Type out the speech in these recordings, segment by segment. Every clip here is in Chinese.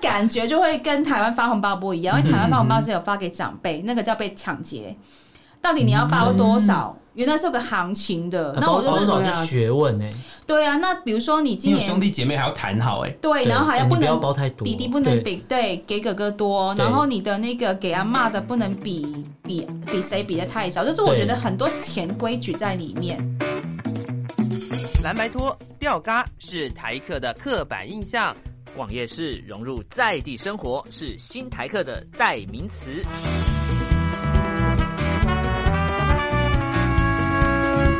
感觉就会跟台湾发红包不一嗯样，因为台湾发红包只有发给长辈，那个叫被抢劫。到底你要包多少？原来是有个行情的。那我嗯包就是多少对啊是学问欸呢、对啊，那比如说你你今有兄年弟姐妹还要谈好哎、对，然后还对要你不要能包太多，弟弟不能对比对给哥哥多，对然后你的那个给阿妈的不能比比比谁比的太少，就是我对觉得很多潜规矩在里面。蓝白拖、吊嘎是台客的刻板印象。逛夜市融入在地生活是新台客的代名词。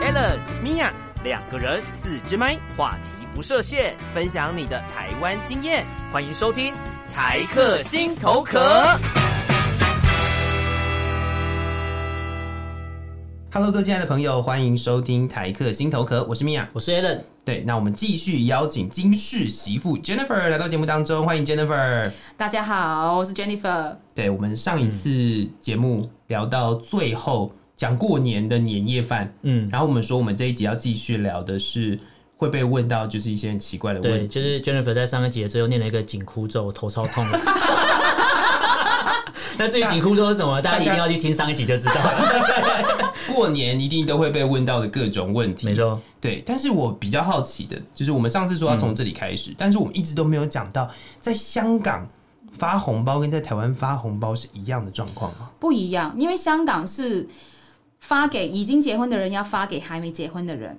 Allen 米娅，两个人，四支麦，话题不设限，分享你的台湾经验，欢迎收听。台客心头壳。 Hello，各位亲爱的朋友，欢迎收听台客心头壳，我是米娅。我是 Alan，对，那我们继续邀请金氏媳妇 Jennifer 来到节目当中，欢迎 Jennifer。大家好，我是 Jennifer。对我们上一次节目聊到最后讲过年的年夜饭，嗯，然后我们说我们这一集要继续聊的是会被问到就是一些很奇怪的问对，题，就是 Jennifer 在上一集的最后念了一个紧箍咒，我头超 痛的。那至于紧箍咒是什么，大家一定要去听上一集就知道了。过年一定都会被问到的各种问题。 没，错，对。但是我比较好奇的就是，我们上次说要从这里开嗯始，但是我们一直都没有讲到，在香港发红包跟在台湾发红包是一样的状况吗？不一样，因为香港是发给已经结婚的人，要发给还没结婚的人，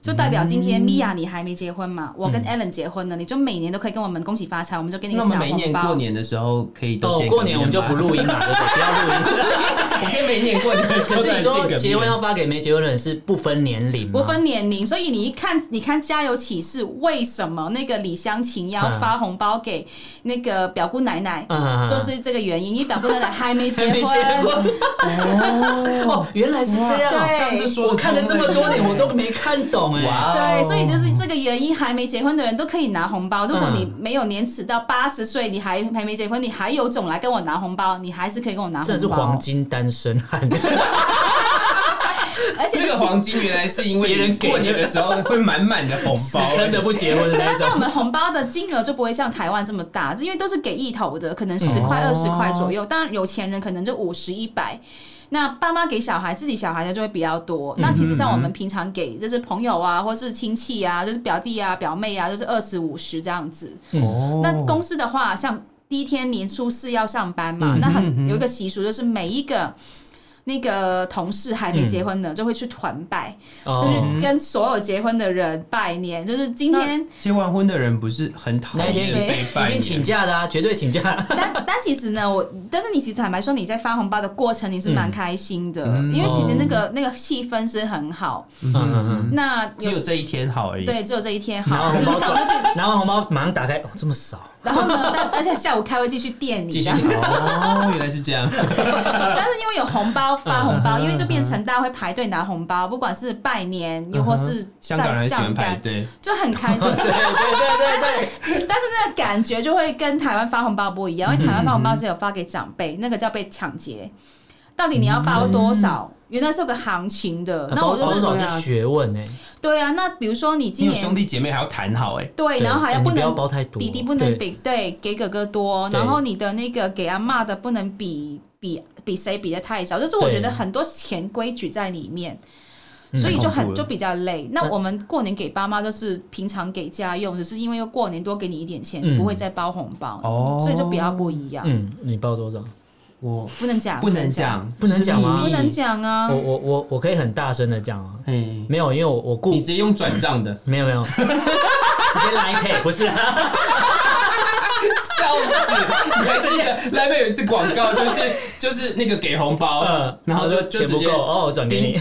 就代表今天米娅你还没结婚嘛，我跟 Allen 结婚了，你就每年都可以跟我们恭喜发财，我们就给你一那个我小们每一红年包。过年的时候可以都哦见，过年我们就不录，录音了，对 不对？不要录音。 我可以每一年过年的时可候是再你见个说面。结婚哦要发给没结婚的人是不分年龄吗，不分年龄，所以你一看，你看《家有喜事》，为什么那个李湘琴要发红包给那个表姑奶奶，嗯，嗯嗯就是这个原因，因为表姑奶奶还没结 还没结婚，婚。哦，原来是这样哇哦。对这样就说得我看了这么多年，通了我耶都没看懂哎。哇哦对，所以就是这个原因，还没结婚的人都可以拿红包。如果你没有年迟到八十岁，你还还没结婚，你还有种来跟我拿红包，你还是可以跟我拿红包。真的是黄，金单身汉，而且这个黄金原来是因为别人给的过年的时候会满满的红 死包，撑着不结婚的那但一 是种我。们红包的金额就不会像台湾这么大，因为都是给一头的，可能十块、二十块左右。当然有钱人可能就五十、一百。那爸妈给小孩，自己小孩的就会比较多。那其实像我们平常给，就是朋友啊，或是亲戚啊，就是表弟啊、表妹啊，就是二十五十这样子。哦那公司的话，像第一天年初四要上班嘛，那很有一个习俗，就是每一个那个同事还没结婚的，就会去团拜，就是哦，跟所有结婚的人拜年，就是今天。结完婚的人不是很讨那厌一天被一拜定请年，假的啊，绝对请假。但但其实呢，我但是你其实坦白说，你在发红包的过程你是蛮开心的，因为其实那个、那个气氛是很好。嗯嗯嗯。那只有时这一天好而已。对，只有这一天好，拿红平包常就觉得拿完红包马上打开，哦，这么少， 然后呢，但而且下午开会继续垫继你续这样。哦，原来是 这样。但是因为有红包发红包，因为就变成大家会排队拿红包，不管是拜年又或是香港在人喜欢上排班，队，就很开 心。对对对对但是那个感觉就会跟台湾发红包不一样，因为台湾发红包只有发给长辈，那个叫被抢劫。到底你要包多少？原来是有个行情的。对，那我就啊包是多少是学问哎，对啊，那比如说你你今有兄年弟姐妹还要谈好哎，对，然后还要对你不要能包太多，弟弟不能对比对给哥哥多，对然后你的那个给阿妈的不能比比比谁比的太少，就是我对觉得很多潜规矩在里面。嗯所以就太恐怖很了就比较累。那那我们过年给爸妈就是平常给家用，只是因为又过年多给你一点钱，嗯不会再包红包，哦所以就比较不一样。嗯，你包多少？我不能讲，不能，讲，不能讲哦吗不能，讲啊我！我我我可以很大声的讲啊，嘿，没有，因为我我你顾，直接用转账的 没有没有，直接来配不是啊，笑死！你还记得赖妹有一次广告，就是就是那个给红包嗯，，然后就就钱直不接够哦哦，我转 给你。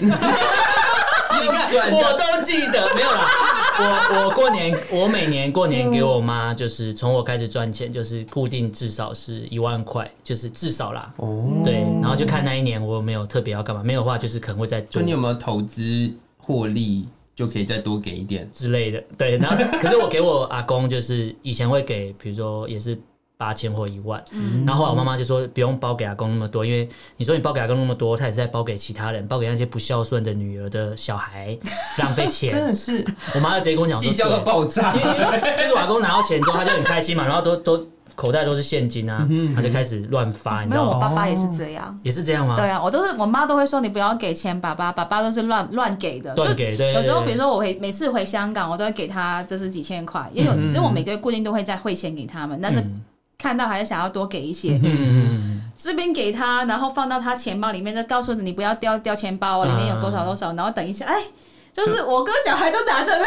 用转我账，都记得，没有 啦。我我过年，我每年过年给我妈，嗯就是从我开始赚钱，就是固定至少是一万块，就是至少啦。哦，对，然后就看那一年我有没有特别要干嘛，没有的话就是可能会再就多你有没有投资获利，就可以再多给一点。之类的。对，然后可是我给我阿公就是以前会给，比如说也是八千或一万，然后后来我妈妈就说不用包给阿公那么多，因为你说你包给阿公那么多，他也是在包给其他人，包给那些不孝顺的女儿的小孩，浪费真钱。的是我妈就直接跟我讲说，计较到对爆炸因，为因为就是我阿公拿到钱之后，他就很开心嘛，然后都都口袋都是现金啊，他就开始乱发，你没知有，道我吗？爸爸也是这样。也是这样吗？对啊，我都是我妈都会说你不要给钱，爸爸爸爸都是乱乱给的，乱就给对有时候对对比如说我回每次回香港，我都会给他就是几千块，因为嗯有其实我每个月固定都会再汇钱给他们，但是看到还是想要多给一些，嗯， 这边给他，然后放到他钱包里面，再告诉你不要掉掉钱包啊，里面有多少嗯多少，然后等一下，哎。就是我跟小孩就拿着那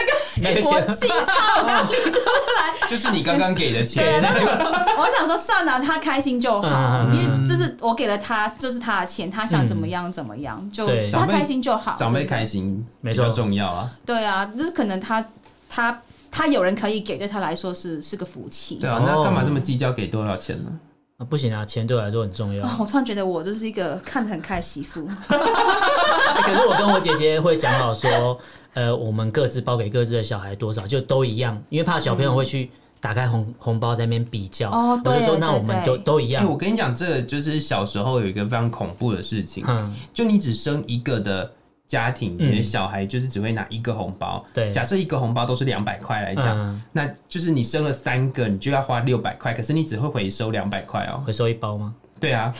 个那个一国钱庆 钞拿拎出来，就是你刚刚给的对，钱，但是我我想说算了，他开心就好，嗯嗯嗯因为这是我给了他，这是他的钱，他想怎么样怎么样，就对他开心就好。长辈真的开心没比错较重要啊。对啊，就是可能他他他有人可以给，对他来说是是个福气。对啊哦，那干嘛这么计较给多少钱呢？啊不行啊，钱对我来说很重要。啊，我突然觉得我就是一个看得很开的媳妇， 欸 可是我跟我姐姐会讲好说，呃，我们各自包给各自的小孩多少，就都一样，因为怕小朋友会去打开红红包在那边比较。嗯哦我就对说那对我们对都都一哎、样。我跟你讲，这就是小时候有一个非常恐怖的事情，嗯，就你只生一个的家庭，嗯你的小孩就是只会拿一个红包。对假设一个红包都是两百块来讲，嗯那就是你生了三个，你就要花六百块，可是你只会回收两百块哦。回收一 包吗？对啊。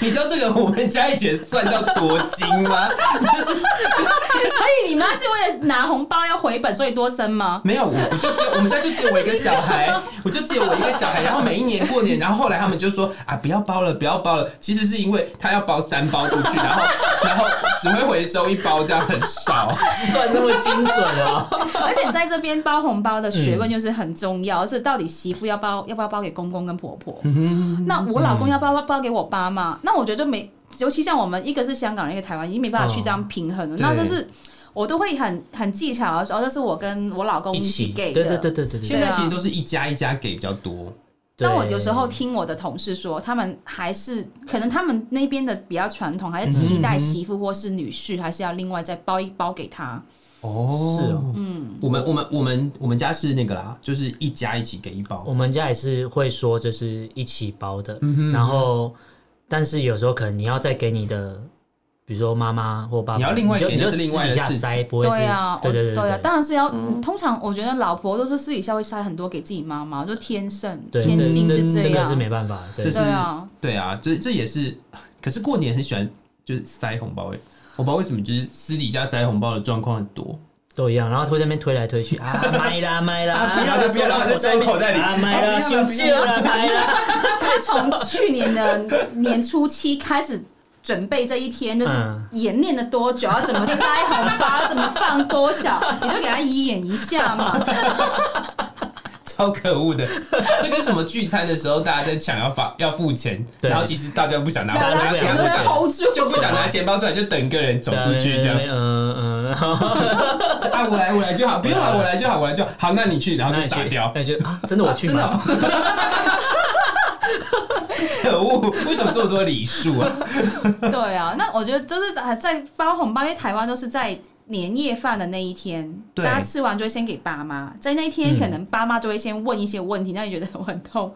你知道这个我们家以前算到多精吗？ 就是所以你妈是为了拿红包要回本，所以多生 吗？没有，我我就只有我们家就只有我一个小孩，我就只有我一个小孩。然后每一年过年，然后后来他们就说啊，不要包了，不要包了。其实是因为他要包三包出去，然后然后只会回收一包，这样很少。算这么精准啊！哦而且在这边包红包的学问就是很重嗯要，是到底媳妇要包要不要包给公公跟婆婆？嗯那我老公要包包给我爸妈？那我觉得就没，尤其像我们一个是香港人，一个台湾，已经没办法去这样平衡了。那就是我都会很很技巧的时候，这是我跟我老公 一起，起 给对的。对对对对对。现在其实都是一家一家给比较多，但我有时候听我的同事说，他们还是可能他们那边的比较传统，还是期待媳妇或是女婿还是要另外再包一包给他。哦是哦，嗯，我们我们我们我们家是那个啦，就是一家一起给一包我，们家也是会说，就是一起包的，嗯然后但是有时候可能你要再给你的，比如说妈妈或爸爸，你要另外就给你就那是另外的私底下事情塞，不会是对啊，对对我对嗯啊，当然是要。通常我觉得老婆都是私底下会塞很多给自己妈妈，就天生对，天性这是这个样是。没办法，对这是对啊，对啊，这这也是，可是过年很喜欢就是塞红包哎、我不知道为什么，就是私底下塞红包的状况很多。都一样，然后会在那边推来 推去啊，买啦买啦，啊不要了不要了就我就收口袋里啊，买啦，啊不要新了旧啦，买啦，他从去年的年初七开始。准备这一天就是嗯演练了多久，要怎么塞红包，怎么放多少，你就给他演一下 嘛。超可恶 的，这跟什么聚餐的时候大家在抢要发要付钱，对然后其实大家都不想拿，大家包，都拿不钱想不拿想 hold 住就不想拿钱包出来，就等一个人走出去这样对。嗯嗯，啊，我来我来就好，不用了，我来就好，我来就好。好，啊那你去，然后就傻掉。那就啊，真的我去真的买，哦、 可恶，为什么这么多礼数啊？ 对啊，那我觉得就是呃在包红包，因为台湾都是在年夜饭的那一天，对大家吃完就会先给爸妈，在那一天嗯可能爸妈就会先问一些问题，那你觉得我很痛。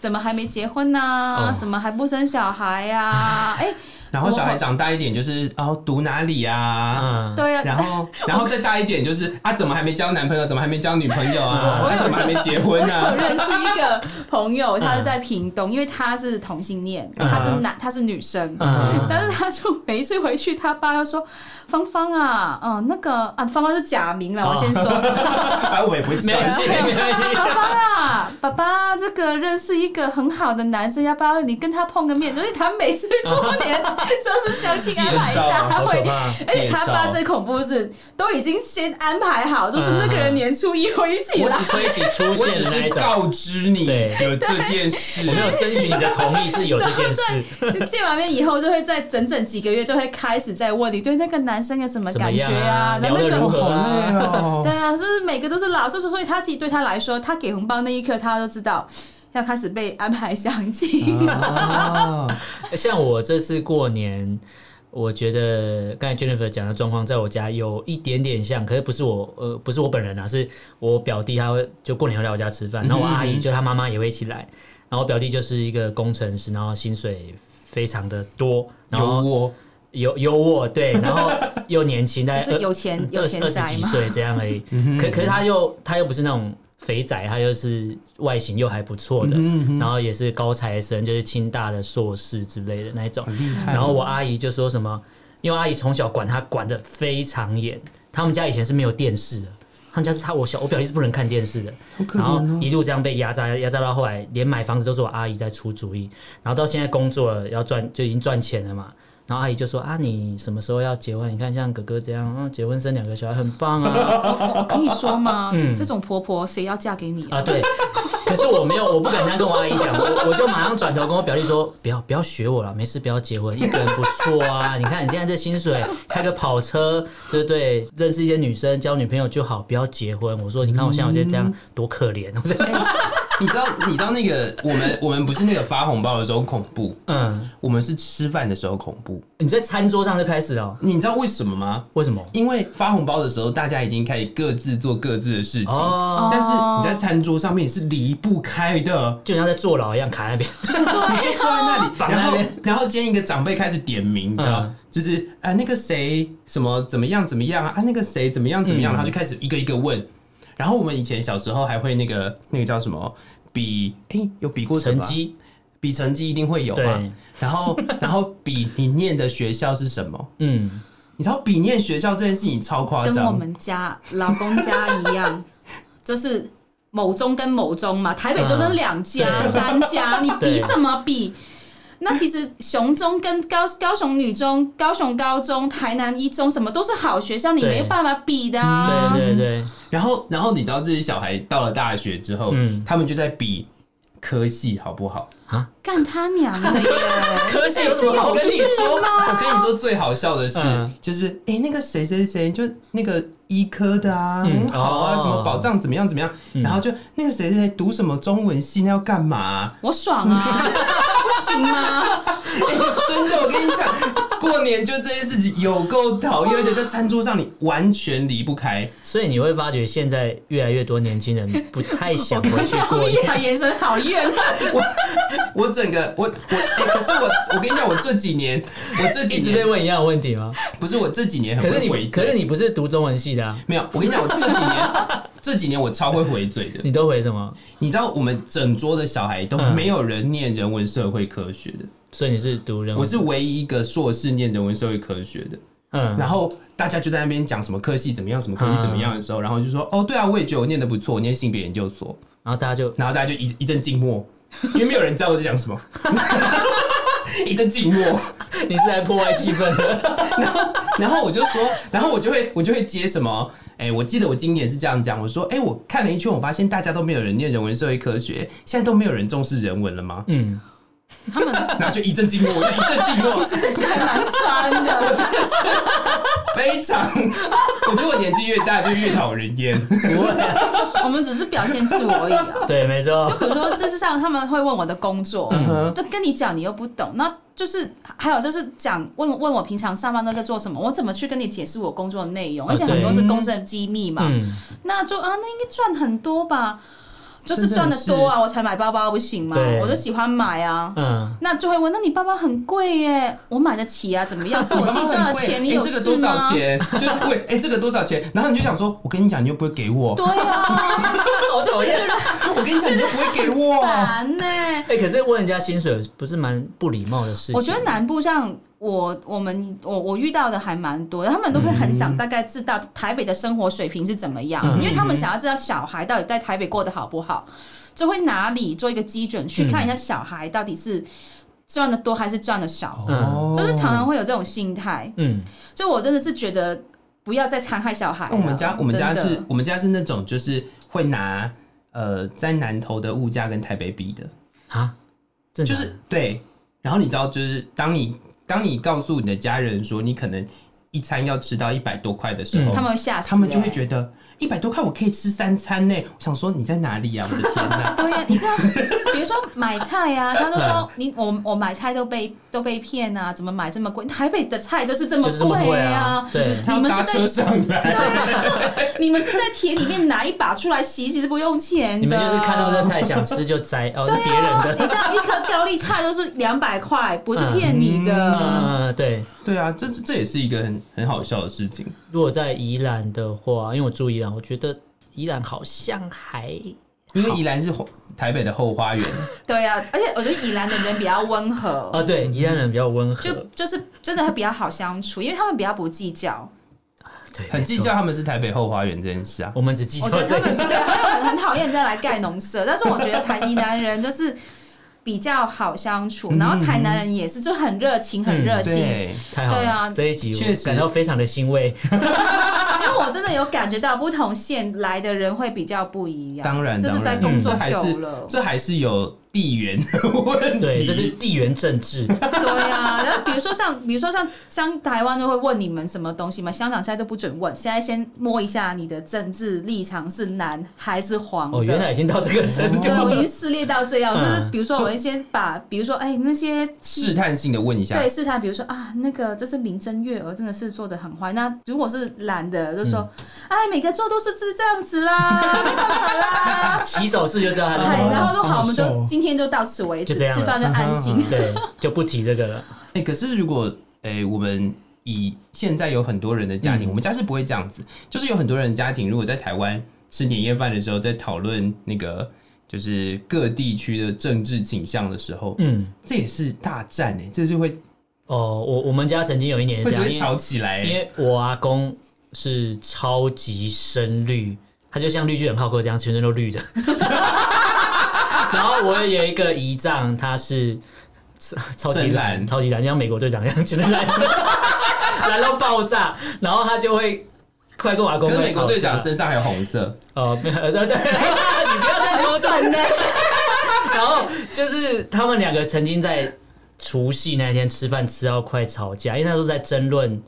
怎么还没结婚呐、哦怎么还不生小孩呀、 啊？哎、然后小孩长大一点就是哦，读哪里啊？嗯，对呀、然后，然后再大一点就是啊，怎么还没交男朋友？怎么还没交女朋友 啊？我啊怎么还没结婚我啊？认识一个朋友，他是在屏东，因为他是同性恋，嗯他是男，他是女生。嗯但是他就每一次回去，他爸就说：“芳芳啊，嗯，那个啊，芳芳是假名了，哦我先说。啊，我也不会没有算没有没爸有，爸啊，爸爸，这个认识一个很好的男生，要不要你跟他碰个面？就是他每次过年就是相亲安排介绍大好可 会，怕，而且他爸介绍最恐怖的是都已经先安排好，就是那个人年初一会一起 我来只。是一起出我现只的那是一种，告知你对有这件事我。没有征询你的同意是有这件事，见完面以后，就会在整整几个月就会开始在问你对那个男生有什么怎么感觉样啊？那聊那得如个。何啊？对哦！啊，就是每个都是老师说，所以他自己对他来说，他给红包那一刻，他就知道要开始被安排相亲。啊像我这次过年，我觉得刚才 Jennifer 讲的状况，在我家有一点点像，可是不是我呃不是我本人啊，是我表弟他会就过年会来我家吃饭，然后我阿姨就他妈妈也会一起来，然后我表弟就是一个工程师，然后薪水非常的多，然有哦后我，有有我对，然后又年轻，大 概就是有钱有啊嗯哎二钱二十宅几嘛。 嗯岁这样而已。可可是他又他又不是那种肥仔，他又是外形又还不错嗯的，然后也是高材生，就是清大的硕士之类的那一种。然后我阿姨就说什么，因为阿姨从小管他管的非常严，他们家以前是没有电视的。他们家是他我小我表弟是不能看电视的，可怜然哦后一路这样被压榨，压榨到后来连买房子都是我阿姨在出主意，然后到现在工作了要赚就已经赚钱了嘛，然后阿姨就说啊你什么时候要结婚？你看像哥哥这样，啊结婚生两个小孩很棒啊 可以说吗？嗯这种婆婆谁要嫁给你啊？啊对，可是我没有我不敢这样跟我阿姨讲，我我就马上转头跟我表弟说不要不要学我了，没事不要结婚，一个人不错啊，你看你现在这薪水开个跑车对不对？认识一些女生交女朋友就好，不要结婚。我说你看我现在有些这样多可怜， 你知道，你知道那个我们我们不是那个发红包的时候恐怖，嗯。我们是吃饭的时候恐怖。你在餐桌上就开始了？你知道为什么吗？为什么？因为发红包的时候，大家已经开始各自做各自的事情，哦，但是你在餐桌上面是离不开的。就像在坐牢一样卡那边。你就坐在那里， 绑在然那后边然后今天一个长辈开始点名，你知道，嗯就是啊、那个谁什么怎么样怎么样啊，啊那个谁怎么样怎么样，嗯然后就开始一个一个问。然后我们以前小时候还会那个那个叫什么比，哎、有比过什成么啊绩比成绩一定会有嘛对。然后然后比你念的学校是什么？嗯，你知道比念学校这件事情超啊夸跟我张，们家老公家一样， 就是某中跟某中嘛，台北就那两家、嗯对三 家，你比对什么比？那其实雄中跟高高雄女中、高雄高中、台南一中什么都是好学校，你对嗯没有办法比的、啊。对对对，然后然后你知道这些小孩到了大学之后，嗯他们就在比科系好不好？干他娘的耶！ 科系有什么好我跟你 说，我跟你说最好笑的是，嗯就是哎、诶那个谁谁谁，就那个医科的啊，嗯很好啊，哦嗯什么保障怎么样怎么样，然后就那个谁谁谁读什么中文系，那要干嘛 啊、我爽啊，不行吗？诶真的，我跟你讲，过年就这件事情有够讨厌，而且在餐桌上你完全离不开。所以你会发觉现在越来越多年轻人不太 想回去过叶 年。雅哎眼神好怨啊 恨。我整个我我、诶可是我我跟你讲，我这几年我这几 一直被年问一样的问题吗？ 不是我这几年很可是会回你，可是嘴，你不是读中文系的啊？没有，我跟你讲，我这几年 这几年我超会回嘴的。你都回什么？你知道我们整桌的小孩都嗯没有人念人文社会科学的，所以你是读人文？我是唯一一个硕士念人文社会科学的。嗯，然后大家就在那边讲什么科系怎么样，什么科系怎么样的时嗯候，然后就说哦，对啊，我也觉得我念的不错，我念性别研究所。然后大家就然后大家就一一阵静默，因为没有人知道我在讲什么， 一阵静默。你是来破坏气氛 的。然后我就说，然后我就会我就会接什么？哎、我记得我今年是这样讲，我说，哎、我看了一圈，我发现大家都没有人念人文社会科学，现在都没有人重视人文了吗？嗯，他们然后就一阵静默，我就一阵静默。 其实这是还蛮酸的，非常， 我觉得我年纪越大就越讨人厌。啊我们只是表现自我而已啊。对，没 错。比如说，这是像他们会问我的工作，嗯就跟你讲你又不懂，那就是还有就是讲问我问我平常上班都在做什么，我怎么去跟你解释我工作的内啊容？而且很多是公司的机密嘛，嗯，那就啊，那应该赚很多吧？就是赚的多啊，我才买包包不行吗对？我就喜欢买啊。嗯，那就会问，那你包包很贵耶，我买得起啊？怎么样？ 是我自己赚的钱，你哎、有这个事多少吗？钱？就是贵，哎、这个多少钱？然后你就想说，我跟你讲，你又不会给我，对啊， 我就是觉得我跟你讲，你又不会给我。烦呢、哎，可是问人家薪水不是蛮不礼貌的事情？我觉得南部像我我们我我遇到的还蛮多的，他们都会很嗯想大概知道台北的生活水平是怎么样，因为他们想要知道小孩到底在台北过得好不好，就会拿里做一个基准去看一下小孩到底是赚的多还是赚的少，嗯哦就是常常会有这种心态。嗯，就我真的是觉得不要再残害小孩了。啊哦我们家我们家真的是我们家是那种就是会拿呃在南投的物价跟台北比的，啊，就就是对。然后你知道，就是当你当你告诉你的家人说你可能一餐要吃到一百多块的时候，嗯他们会吓死、他们就会欸觉得一百多块我可以吃三餐呢。我想说你在哪里啊？我的天哪、 对 呀、你知道，比如说买菜啊，他就嗯说你我我买菜都被都被骗啊，怎么买这么贵？台北的菜就是这么就是这么贵贵 啊，对，他要你们搭是车在上来， 你们是在田里面拿一把出来洗，其实不用钱的。啊你们就是看到这菜想吃就摘，哦，是别人你的。知道一颗高丽菜都是两百块，不是骗你的。嗯，对。对啊，这这也是一个很很好笑的事情。如果在宜兰的话，因为我住宜兰，我觉得宜兰好像还因为宜兰是后台北的后花园，对啊，而且我觉得宜兰的人比较温和，啊，对，宜兰人比较温和，就就是真的会比较好相处，因为他们比较不计较。对，很没计错较。他们是台北后花园这件事啊。我们只计我较觉得这哦他们个，对他们很很讨厌再来盖农舍，但是我觉得台宜南人就是比较好相处，然后台南人也是就很热情，很热情。嗯对，太好对了啊！这一集确我实感到非常的欣慰。因为我真的有感觉到不同县来的人会比较不一样，当然，就是在当然嗯工这作还久是了，这还是有地缘的问题。对，这是地缘政 治。对啊。然后比如说像，比如说像像台湾就会问你们什么东西嘛，香港现在都不准问，现在先摸一下你的政治立场是蓝还是黄的。哦，原来已经到这个程度对，我已经了。撕裂到这样，就是嗯比如说，我会先把，比如说，哎，那些试探性的问一下对，试探，比如说啊，那个就是林真月娥真的是做的很坏。那如果是懒的，就嗯说，哎，每个做都是这这样子啦，没办法啦。 起手式就知道他是什哎，么然后说好，好我们就笑今天就到此为止，哦就这样吃饭就安静。了，嗯对，就不提这个了。哎、可是如果哎、我们以现在有很多人的家嗯庭，我们家是不会这样子，就是有很多人的家庭，如果在台湾吃年夜饭的时候，在讨论那个就是各地区的政治倾向的时候，嗯，这也是大战哎、这是会哦，我我们家曾经有一年是会这觉样，得因为吵起来、因欸。为我阿公是超级深绿，他就像绿巨人浩克这样，全身都绿的。 然后我有一个姨丈，他是超超级深蓝，蓝超级蓝，就像美国队长一样，全身蓝色， 蓝到爆炸。然后他就会快跟我阿公可是会美国吵队长架。身上还有红色，哦，没有，呃对，对 你不要 再说准 的，然后就是他们两个曾经在除夕那天吃饭吃到快吵架，因为那时候在争论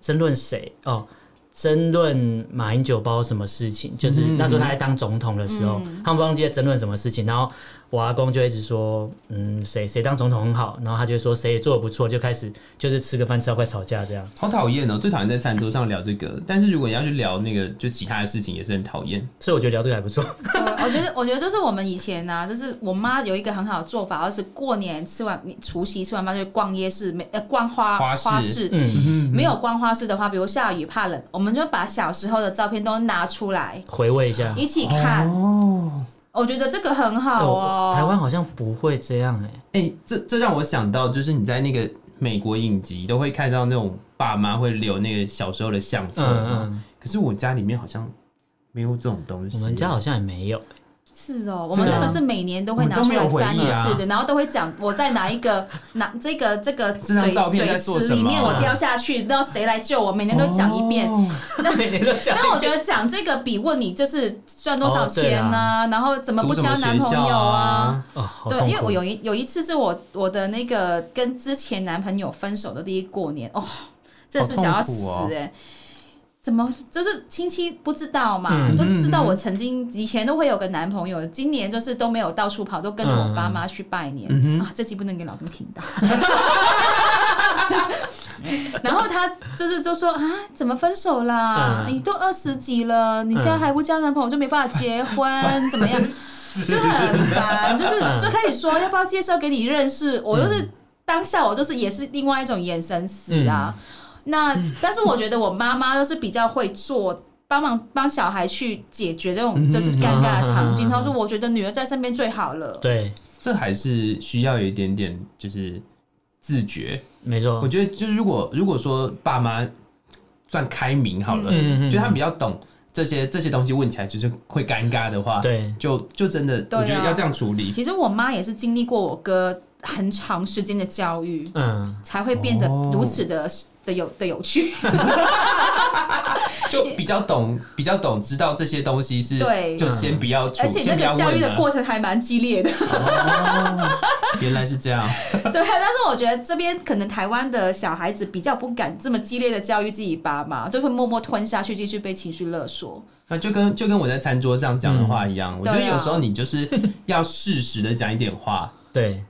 争论谁哦，争论马英九包什么事情，就是那时候他在当总统的时嗯候，他们忘记在争论什么事情，然后我阿公就一直说，嗯，谁谁当总统很好，然后他就说谁也做的不错，就开始就是吃个饭吃到快吵架这样。好讨厌哦！最讨厌在餐桌上聊这个，但是如果你要去聊那个就其他的事情，也是很讨厌。所以我觉得聊这个还不错，呃我觉得，我觉得就是我们以前呢、就是我妈有一个很好的做法，就是过年吃完除夕吃完饭就去逛夜市，没呃逛花花市市，嗯，没有逛花市的话，比如下雨怕冷，我们就把小时候的照片都拿出来回味一下。一起看。啊哦，我觉得这个很好哦。台湾好像不会这样哎、哎、这这让我想到，就是你在那个美国影集都会看到那种爸妈会留那个小时候的相册嗯嘛嗯，可是我家里面好像没有这种东西，我们家好像也 没有。 是哦，我们那个是每年都会拿出啊来翻一次的，然后都会讲我在哪一 个拿这个这个这张水照片在水做池什么啊里面我掉下去，然后谁来救我，每年都讲一遍。哦每年都讲一遍。但我觉得讲这个比问你就是赚多少哦对钱啊呐、然后怎么读不什么交男学朋校友啊？哦，好痛对，苦。因为我有一有一次是我我的那个跟之前男朋友分手的第一过年，哦，真的是想要死哦好痛苦哎、怎么就是亲戚不知道嘛？嗯就知道我曾经以前都会有个男朋友，今年就是都没有到处跑，都跟着我嗯爸妈去拜年、啊。这期不能给老公听到。 然后他就是就说啊，怎么分手啦？嗯你都二十几了，你现在还不交男朋友，就没办法结婚， 怎么样？ 就很烦，就是嗯就开始说要不要介绍给你认识，我就是当下我就是也是另外一种眼神死嗯啊。那但是我觉得我妈妈都是比较会做。帮忙帮小孩去解决这种嗯就是尴尬的场景，嗯嗯嗯嗯她说：“我觉得女儿在身边最好了。对，这还是需要有一点点就是自觉。没错我。觉得就是如果如果说爸妈算开明好了，嗯嗯嗯就他们比较懂这些这些东西，问起来就是会尴尬的话，，对，就就真的对啊我觉得要这样处理。其实我妈也是经历过我哥很长时间的教育，嗯，才会变得哦如此的、的有的有 趣。就比较懂，比较懂，知道这些东西是，对就先不要处，而且那先不要个教育的问啊过程还蛮激烈的。原来是这样， 对，但是我觉得这边可能台湾的小孩子比较不敢这么激烈的教育自己爸妈，就会默默吞下去，继续被情绪勒索。那就跟就跟我在餐桌上讲的话一样，我觉得对啊有时候你就是要适时的讲一点话，对，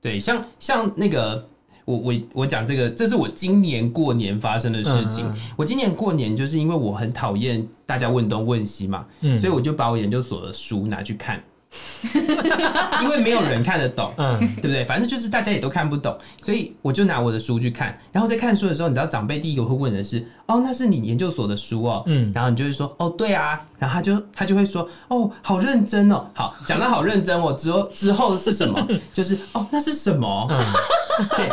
对，像像那个，我我我讲这个，这是我今年过年发生的事情。嗯嗯我今年过年就是因为我很讨厌大家问东问西嘛，嗯所以我就把我研究所的书拿 去看，因为没有人看得懂。嗯，对不对？反正就是大家也都看不懂，所以我就拿我的书去看，然后在看书的时候，你知道长辈第一个会问的是：哦，那是你研究所的书哦，嗯嗯，然后你就会说，哦，对啊，然后他就他就会说，哦，好认真哦，好，讲到好认真哦，之后之后是什么？就是哦，那是什么？嗯对，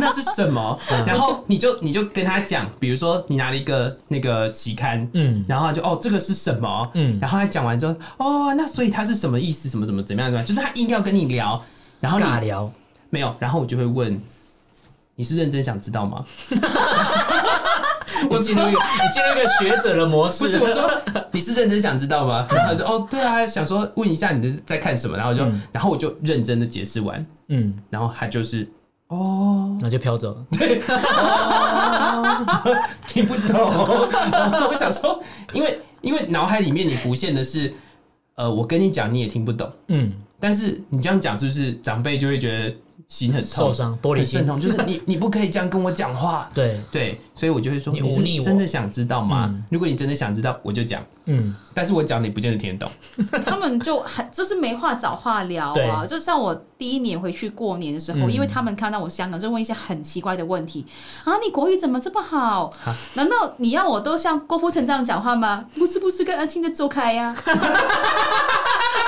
那是什么？ 然后你就你就跟他讲，比如说你拿了一个那个期刊，嗯嗯，然后他就哦这个是什么？嗯嗯，然后他讲完之后，哦那所以它是什么意思？什么什么怎么样怎么样？就是他硬要跟你聊，然后你尬聊，没有，然后我就会问，你是认真想知道吗？ 你进入一个你进入一个学者的模式，不是我说你是认真想知道吗？然后他说哦对啊，想说问一下你的在看什么，然后我就、嗯然后我就认真的解释完，嗯，然后他就是哦。那就飘走了。听不懂。 然后我想说，因为因为脑海里面你浮现的是，呃，我跟你讲你也听不懂，嗯，但是你这样讲是不是长辈就会觉得心很痛受伤玻璃很心肾痛，就是你你不可以这样跟我讲话。对，对，所以我就会说，你忤是逆我真的想知道吗？嗯如果你真的想知道，我就讲。 嗯但是我讲你不见得听得懂，他们就很就是没话找话聊啊。对就像我第一年回去过年的时候，嗯因为他们看到我香港，就问一些很奇怪的问题啊，你国语怎么这么好？难道你要我都像郭富城这样讲话吗？不是不是，跟安庆的走开呀、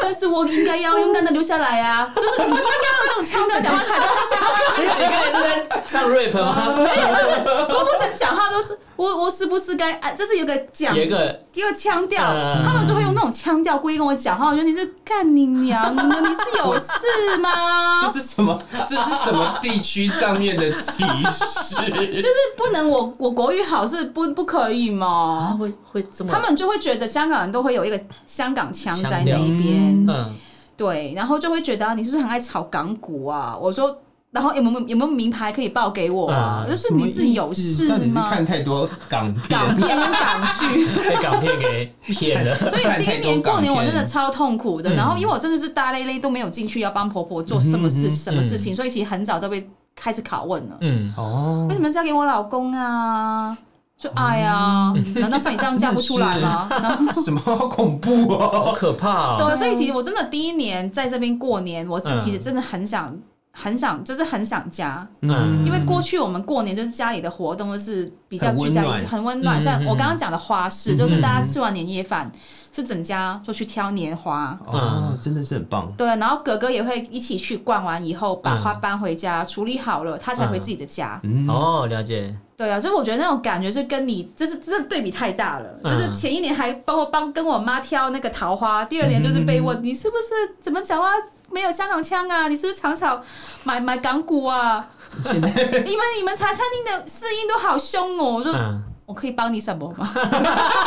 但是我应该要勇敢的留下来呀、啊，就是你应该用这种腔调讲话才叫香港。你刚才是在上 rap 吗？郭富城讲话都是我我是不是该啊？这是有个讲有一个第二腔调，呃嗯他们就会用那种腔调故意跟我讲话。 我觉得你这干你娘的，你是有事吗？ 这是什么？这是什么地区上面的歧视？就是不能我我国语好是不不可以啊吗？会会这么他们就啊会觉得香港人都会有一个香港腔在腔那调边，嗯对，然后就会觉得啊你是不是很爱炒港股啊？我说。然后有没有有没有名牌可以报给我啊？嗯就是你什么是意思有事到底是吗？看太多港片港片跟港剧，嗯被港片给骗了。 所以看第太一多年过港年我片真的超痛苦的，嗯然后因为我真的是大累累都没有进去要帮婆婆做什么事、什么事情，所以其实很早就被开始拷问了，嗯，哦为什么嫁给我老公啊？就爱啊？难道像你这样嫁不出来吗？然后什么好恐怖好哦！可怕哦。对，啊所以其实我真的第一年在这边过年，我是其实真的很想。很想，就是很想家，嗯因为过去我们过年就是家里的活动，就是比较很居温家，暖很温暖。嗯像嗯我嗯刚刚讲的花市，就是大家吃完年夜饭，是整家就去挑年花，嗯哦，真的是很棒。对，然后哥哥也会一起去逛完以后，把嗯花搬回家、处理好了，他才回嗯自己的家。嗯，哦，了解。对啊，所以我觉得那种感觉是跟你，这是真的对比太大了。嗯就是前一年还帮我帮跟我妈挑那个桃花，第二年就是被嗯问、你是不是怎么讲话没有香港腔啊？你是不是常常买 买港股啊？现在你们你们茶餐厅的试音都好凶哦！我说、嗯，我可以帮你什么吗？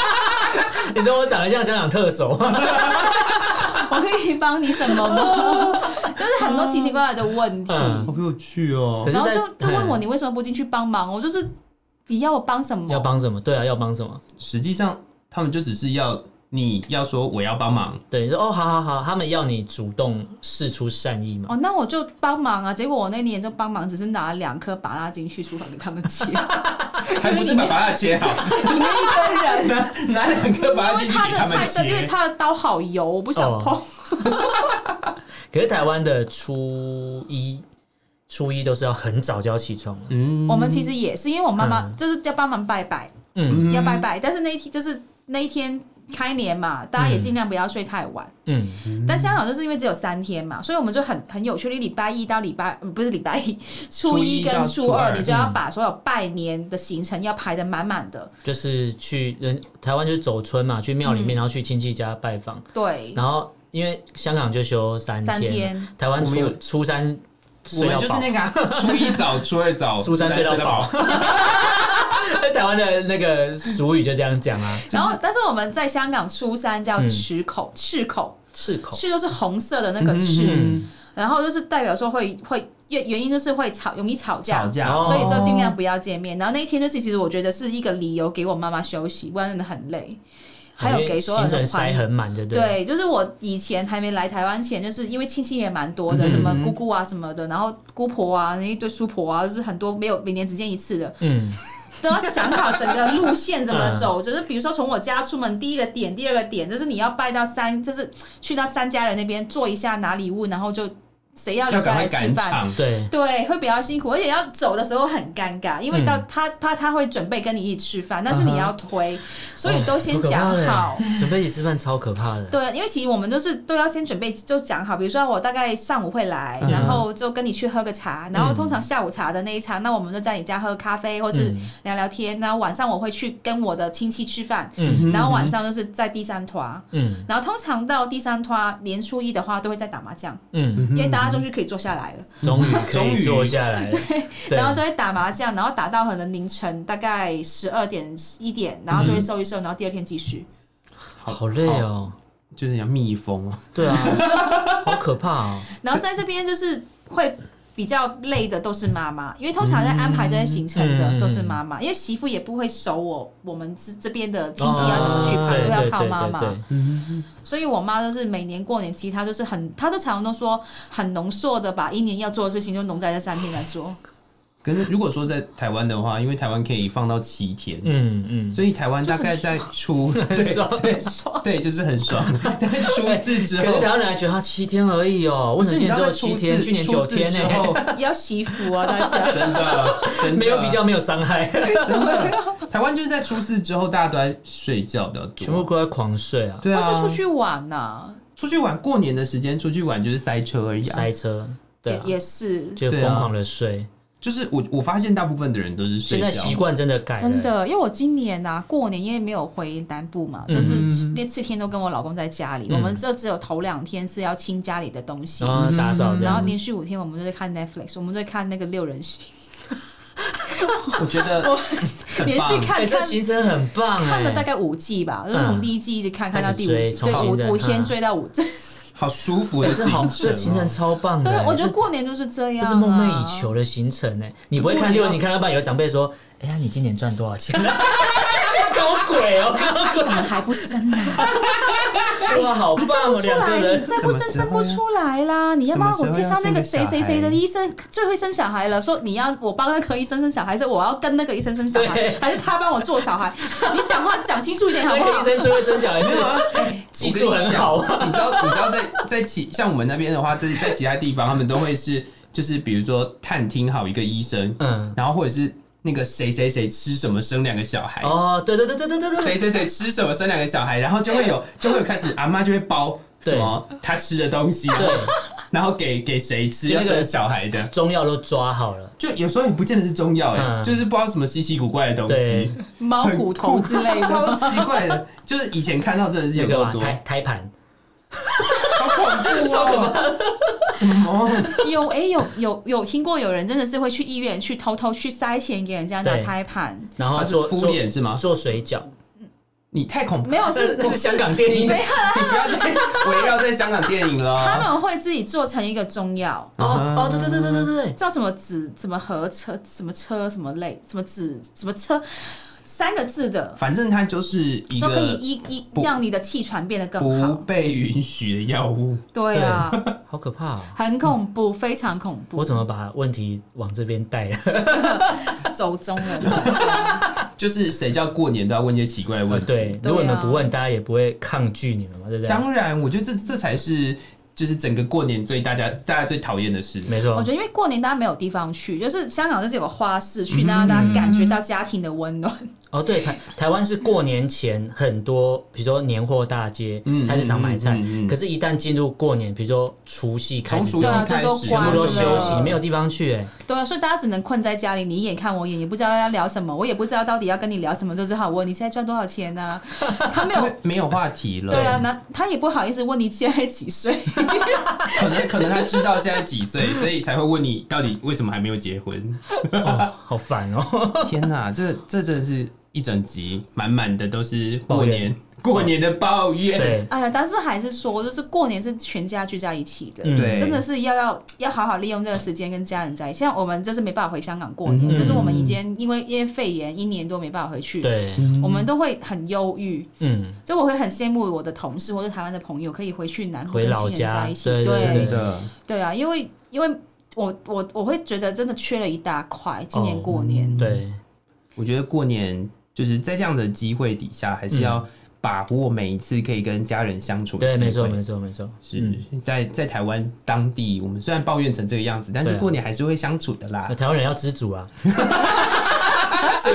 你知道我长得像香港特首吗？我可以帮你什么吗？ 就是很多奇奇怪怪的问题。嗯好有趣哦可！是然后在就就问我嗯你为什么不进去帮忙？我就是你要我帮什么？要帮什么？对啊，要帮什么？实际上，他们就只是要你要说我要帮 忙，对，你说哦，好好好，他们要你主动示出善意嘛。哦，那我就帮忙啊。结果我那年就帮忙，只是拿了两颗拔拉金去厨房给他们 切，还不是把把它切好，里面一堆人。拿拿两个把它因进为去他给的他菜们单，因为切。他的刀好油，我不哦想碰。可是台湾的初一，初一都是要很早就要起床了。嗯我们其实也是，因为我妈妈就是要帮忙拜拜，嗯要拜拜。但是那一天就是那一天开年嘛，大家也尽量不要睡太晚。嗯但香港就是因为只有三天嘛，所以我们就很很有趣。你礼拜一到礼拜嗯不是礼拜一， 初一初一到跟初二，初二你就嗯要把所有拜年的行程要排得满满的。就是去人台湾就是走村嘛，去庙里嗯面，然后去亲戚家拜访，对，然后因为香港就休三三天，天。台湾我们初有初三我睡们到就是饱，那个啊 初一早、初二早、初三睡到到饱。台湾的那个俗语就这样讲啊，然后，但是我们在香港初三叫赤口，赤口，赤嗯口。赤 就是红色的那个赤，嗯，然后就是代表说会会原原因就是会吵，容易吵架，吵架哦所以就尽量不要见面。然后那一天就是，其实我觉得是一个理由给我妈妈休息，不然真的很累。还有给所有行程人塞欢很满，就对了。对，就是我以前还没来台湾前，就是因为亲戚也蛮多的，什么姑姑啊什么的，然后姑婆啊，那一堆叔婆啊，就是很多没有每年只见一次的，嗯，都要想好整个路线怎么嗯走。就是比如说从我家出门，第一个点，第二个点，就是你要拜到三，就是去到三家人那边做一下拿礼物，然后就谁要留下来吃要赶快赶饭场？对，对，会比较辛苦，而且要走的时候很尴尬，因为到他、怕他会准备跟你一起吃饭，但是你要推，所以都先讲哦好。，超可怕的准备一起吃饭超可怕的。对，因为其实我们都是都要先准备，就讲好，比如说我大概上午会来，嗯然后就跟你去喝个茶，然后通常下午茶的那一餐，那我们就在你家喝咖啡或是嗯聊聊天，然后晚上我会去跟我的亲戚吃饭，嗯然后晚上就是在第三团，嗯然后通常到第三团年初一的话都会在打麻将，嗯，因为大家终于可以坐下来了，终于可终以于坐下 来了。对然后就会打麻将，然后打到可能凌晨大概十二点一点，然嗯后就会收一收，然后第二天继续。好累哦。就是要蜜蜂啊，对 啊，好可怕哦。然后在这边就是会比较累的都是妈妈，因为通常在安排这些行程嗯嗯的嗯都是妈妈，因为媳妇也不会熟我我们这这边的亲戚要怎么去哦排，对都要靠对妈对对妈。对所以我妈都是每年过年，其实她就是很，她都常常都说很浓缩的把一年要做的事情就浓在这三天来 做。可是如果说在台湾的话，因为台湾可以放到七天，嗯嗯，所以台湾大概在初对爽对对，就是很爽。 但初四之可是后台，湾人还觉得他七天而已哦，为不什是你么今知年道只有在初七四天？去年九天欸初呢四之？ 后，要惜福啊，大家。真的真的 没有比较，没有伤害，真的。台湾就是在初四之后，大家都在睡觉比较多，全部都在狂睡啊，对或啊，是出去玩啊呐、出去玩，过年的时间出去玩就是塞车而已、啊塞。车，对啊也，也是就疯狂的睡。就是我我发现大部分的人都是睡现觉，在习惯真的改了，真的，因为我今年呐、过年因为没有回南部嘛，就是那四天都跟我老公在家里，嗯哦我们就只有头两天是要清家里的东西，然后打扫嗯这然后样。连续五天我们都在看 Netflix，我们都在看那个六人 行，我觉得我很棒连续看哎，这看。行程很棒哎，看了大概五季吧，就是从第一季一直看看到第五嗯开季，始追重新再对，五五看天追到五。这好舒服哎的这行好，程、哦这行程超棒的对哎，，我觉这得过年就是这样啊，这是梦寐以求的行程呢。你不会看啊六人行看到一半，有长辈说：“哎呀，你今年赚多少钱？” 搞鬼哦，搞啊怎么还不生呢？鬼！哇，好你生棒不哦，出两个来，你人。再不生生不出来啦！你要不要我介绍那个谁谁谁的医生最会生小孩了？说你要我帮那个医生生小孩，是我要跟那个医生生小孩对，还是他帮我做小 孩？你讲话讲清楚一点好那不个医好？生最会生小孩是吗？ 技术很好啊。你知道，你知道在在其像我们那边的话，在在其他地方，他们都会是就是比如说探听好一个医生，嗯，然后或者是那个谁谁谁吃什么生两个小孩。哦，对对对对对对对，谁谁谁吃什么生两个小孩，然后就会有就会有开始阿妈就会包对什么她吃的东西，啊对，然后给给谁吃就要那个生小孩的，中药都抓好了，就有时候也不见得是中药哎、嗯就是不知道什么稀奇古怪的东对西，猫很骨头酷之类的。 超奇怪的，就是以前看到真的是那有个够嘛多，胎胎盘，好恐啊怖哦、什么？ 有哎、有有有听过有人真的是会去医院去偷偷去塞钱给人家拿对胎盘，然后他是做敷做衍是吗哦做水饺，你太恐怖，没有 是这是香港电影没有，你不要再围绕在香港电影他了。们会自己做成一个中药。哦哦，对对对对对对啊对，叫什么子什么合车什么车什么类什么子什么车三个字的，反正它就是一说可以个一一不让你的气喘变得更不好。被允许的药物。对啊，好可怕哦！很恐怖， 非常恐怖。我怎么把问题往这边 带了？走中了？ 就是谁叫过年都要问一些奇怪的问题。对，对啊如果你们不问，大家也不会抗拒你们嘛，对不对？当然，我觉得这这才是就是整个过年最大家大家最讨厌的事。没我错觉，得因为过年大家没有地方去，就是香港就是有个花市去，嗯让大家感觉到家庭的温暖。 哦，对，台台湾是过年前很多，比如说年货大街、嗯菜市场买菜嗯嗯嗯，嗯可是，一旦进入过年，比如说除夕开始从之除夕对后，啊，就都开始全关部都了，休息，没有地方去，哎，对啊，所以大家只能困在家里，你一眼看我一眼，也不知道要聊什么，我也不知道到底要跟你聊什么，就只好问你现在赚多少钱 呢、他没因有为没有话题了。对啊，那他也不好意思问你现在几岁， 可能可能他知道现在几岁，所以才会问你到底为什么还没有结婚。哦，好烦哦。 天哪，这这真的是一整集满满的都是抱过怨年过年的抱怨。对，哎呀，但是还是说，就是过年是全家聚在一起的，嗯对真的是要要要好好利用这个时间跟家人在一起。像我们就是没办法回香港过年，嗯就是我们已经因为因为肺炎一年多没办法回去，对，我们都会很忧郁。嗯，就我会很羡慕我的同事或者台湾的朋友可以回去南部回跟老亲人家在一起，对对对真的，对啊，因为因为我我我会觉得真的缺了一大块，今年哦过年。嗯对，我觉得过年就是在这样的机会底下，还是要把握每一次可以跟家人相处的对，机会没错，没错，没错。是在在台湾当地，我们虽然抱怨成这个样子，但是对啊过年还是会相处的啦那。啊台湾人要知足啊，是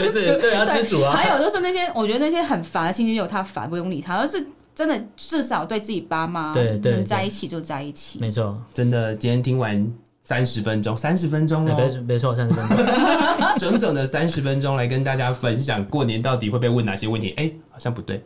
不是？对，要知足啊。还有就是那些，我觉得那些很烦的亲戚，有他烦，不用理他。而是真的，至少对自己爸妈对对能对在一起就在一起。没错，真的，今天听完三十分钟，三十分钟哦对喽，别别错，三十分钟。 整整的三十分钟来跟大家分享过年到底会被问哪些问题。哎、好像不 对，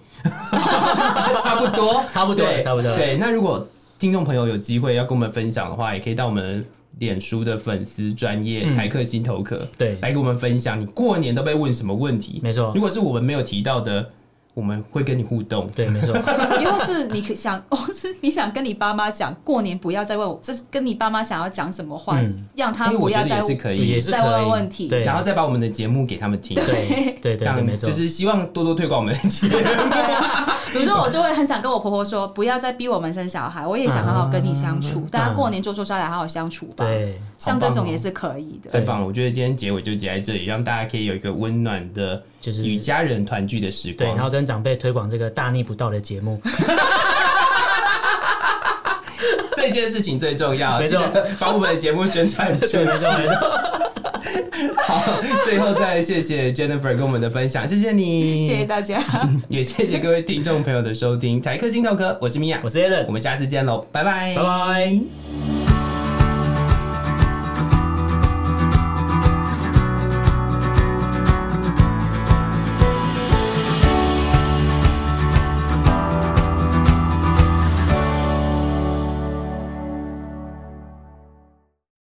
差不多，差不多了对差不多了对，那如果听众朋友有机会要跟我们分享的话，也可以到我们。脸书的粉丝专业嗯台客心头壳，对来给我们分享你过年都被问什么问题？没错如果是我们没有提到的，我们会跟你互动。对，没错，因为是你可想， 哦，是你想跟你爸妈讲过年不要再问我，就是跟你爸妈想要讲什么话，嗯让他哎不我要觉得再也是可以也，是可再以。问问题对，然后再把我们的节目给他们听，对对对这对，样没错就。是希望多多推广我们的节目。对 啊，比如说我就会很想跟我婆婆说，不要再逼我们生小孩，我也想好好跟你相处。大家过年做做下来，好好相处吧。，对，像这嗯好棒种哦也是可以的。太棒了！我觉得今天结尾就结在这里，让大家可以有一个温暖的，就是与家人团聚的时对，光。然后跟长辈推广这个大逆不道的节目。这件事情最重要，没错记得把我们的节目宣 传出去。好，最后再谢谢 Jennifer 跟我们的分享，谢谢你，谢谢大 家，也谢谢各位听众朋友的收听。台客心头壳，我是米娅我，是 Allen，我们下次见喽，拜拜，拜拜。 《